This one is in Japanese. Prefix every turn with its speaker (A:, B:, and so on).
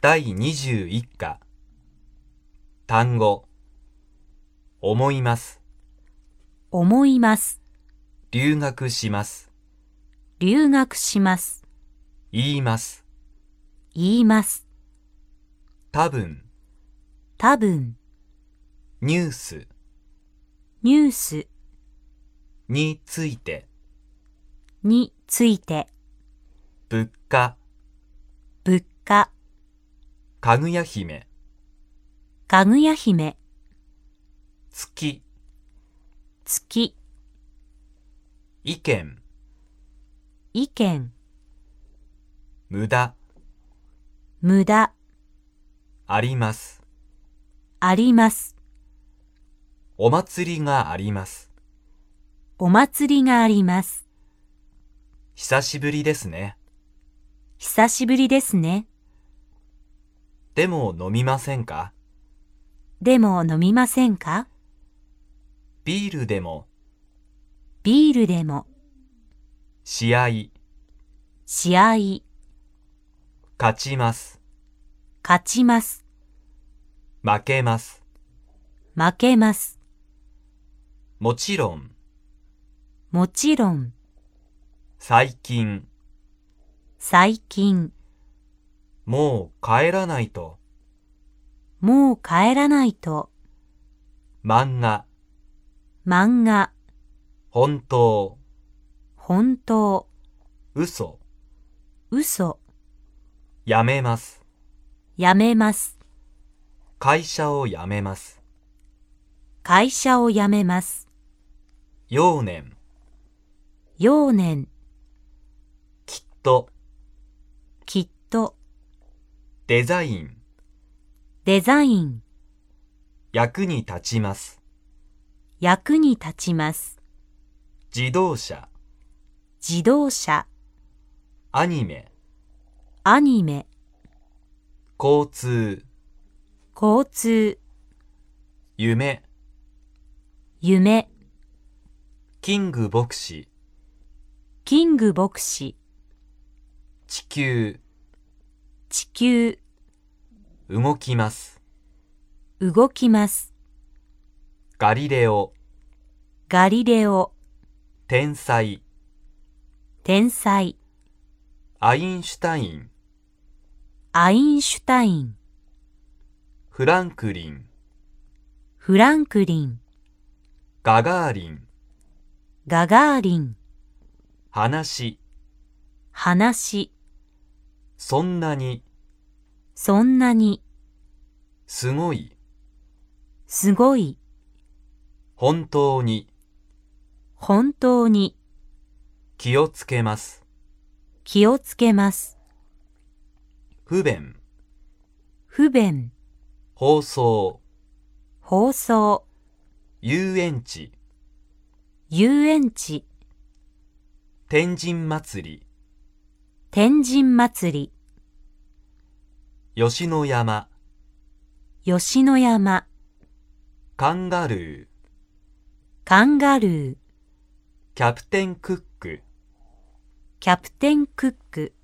A: 第21課単語思います
B: 思います。
A: 留学します
B: 留学します。
A: 言います
B: 言います。
A: 多分
B: 多分、
A: ニュース
B: ニュース
A: について
B: について、
A: 物価
B: 物価、
A: かぐや姫
B: かぐや姫、
A: 月
B: 月、
A: 意見
B: 意見、
A: 無駄
B: 無駄、
A: あります
B: あります。
A: お祭りがあります
B: お祭りがあります。
A: 久しぶりですね
B: 久しぶりですね。
A: でも飲みませんか
B: でも飲みませんか
A: ビールでも
B: ビールでも、
A: 試合
B: 試合、
A: 勝ちます
B: 勝ちます。
A: 負けます
B: 負けます。
A: もちろん
B: もちろん、
A: 最近
B: 最近、
A: もう帰らないと。
B: もう帰らないと、
A: 漫画、
B: 漫画、
A: 本当、
B: 本当、
A: 嘘、
B: 嘘、
A: やめます。
B: やめます。
A: 会社を辞めます。
B: 会社を辞めます。
A: 幼年、
B: 幼年、
A: きっと、
B: きっと、
A: デザイン、
B: デザイン、
A: 役に立ちます。
B: 役に立ちます。
A: 自動車、
B: 自動車、
A: アニメ、
B: アニメ、
A: 交通、
B: 交通、
A: 夢、
B: 夢、
A: キング牧師、
B: キング牧師、
A: 地球、
B: 地球、
A: 動きます。
B: 動きます。
A: ガリレオ、
B: ガリレオ、
A: 天才、
B: 天才、
A: アインシュタイン、
B: アインシュタイン、
A: フランクリン、
B: フランクリン、
A: ガガーリン、
B: ガガーリン、
A: 話、
B: 話、
A: そんなに、
B: そんなに、
A: すごい、
B: すごい、
A: 本当に、
B: 本当に、
A: 気をつけます。
B: 気をつけます。
A: 不便、
B: 不便、
A: 放送、
B: 放送、
A: 遊園地、
B: 遊園地、
A: 天神祭
B: 天神祭
A: り、吉野山、
B: り、吉野山、
A: カンガルー、
B: カンガルー、
A: キャプテンクック、
B: キャプテンクック、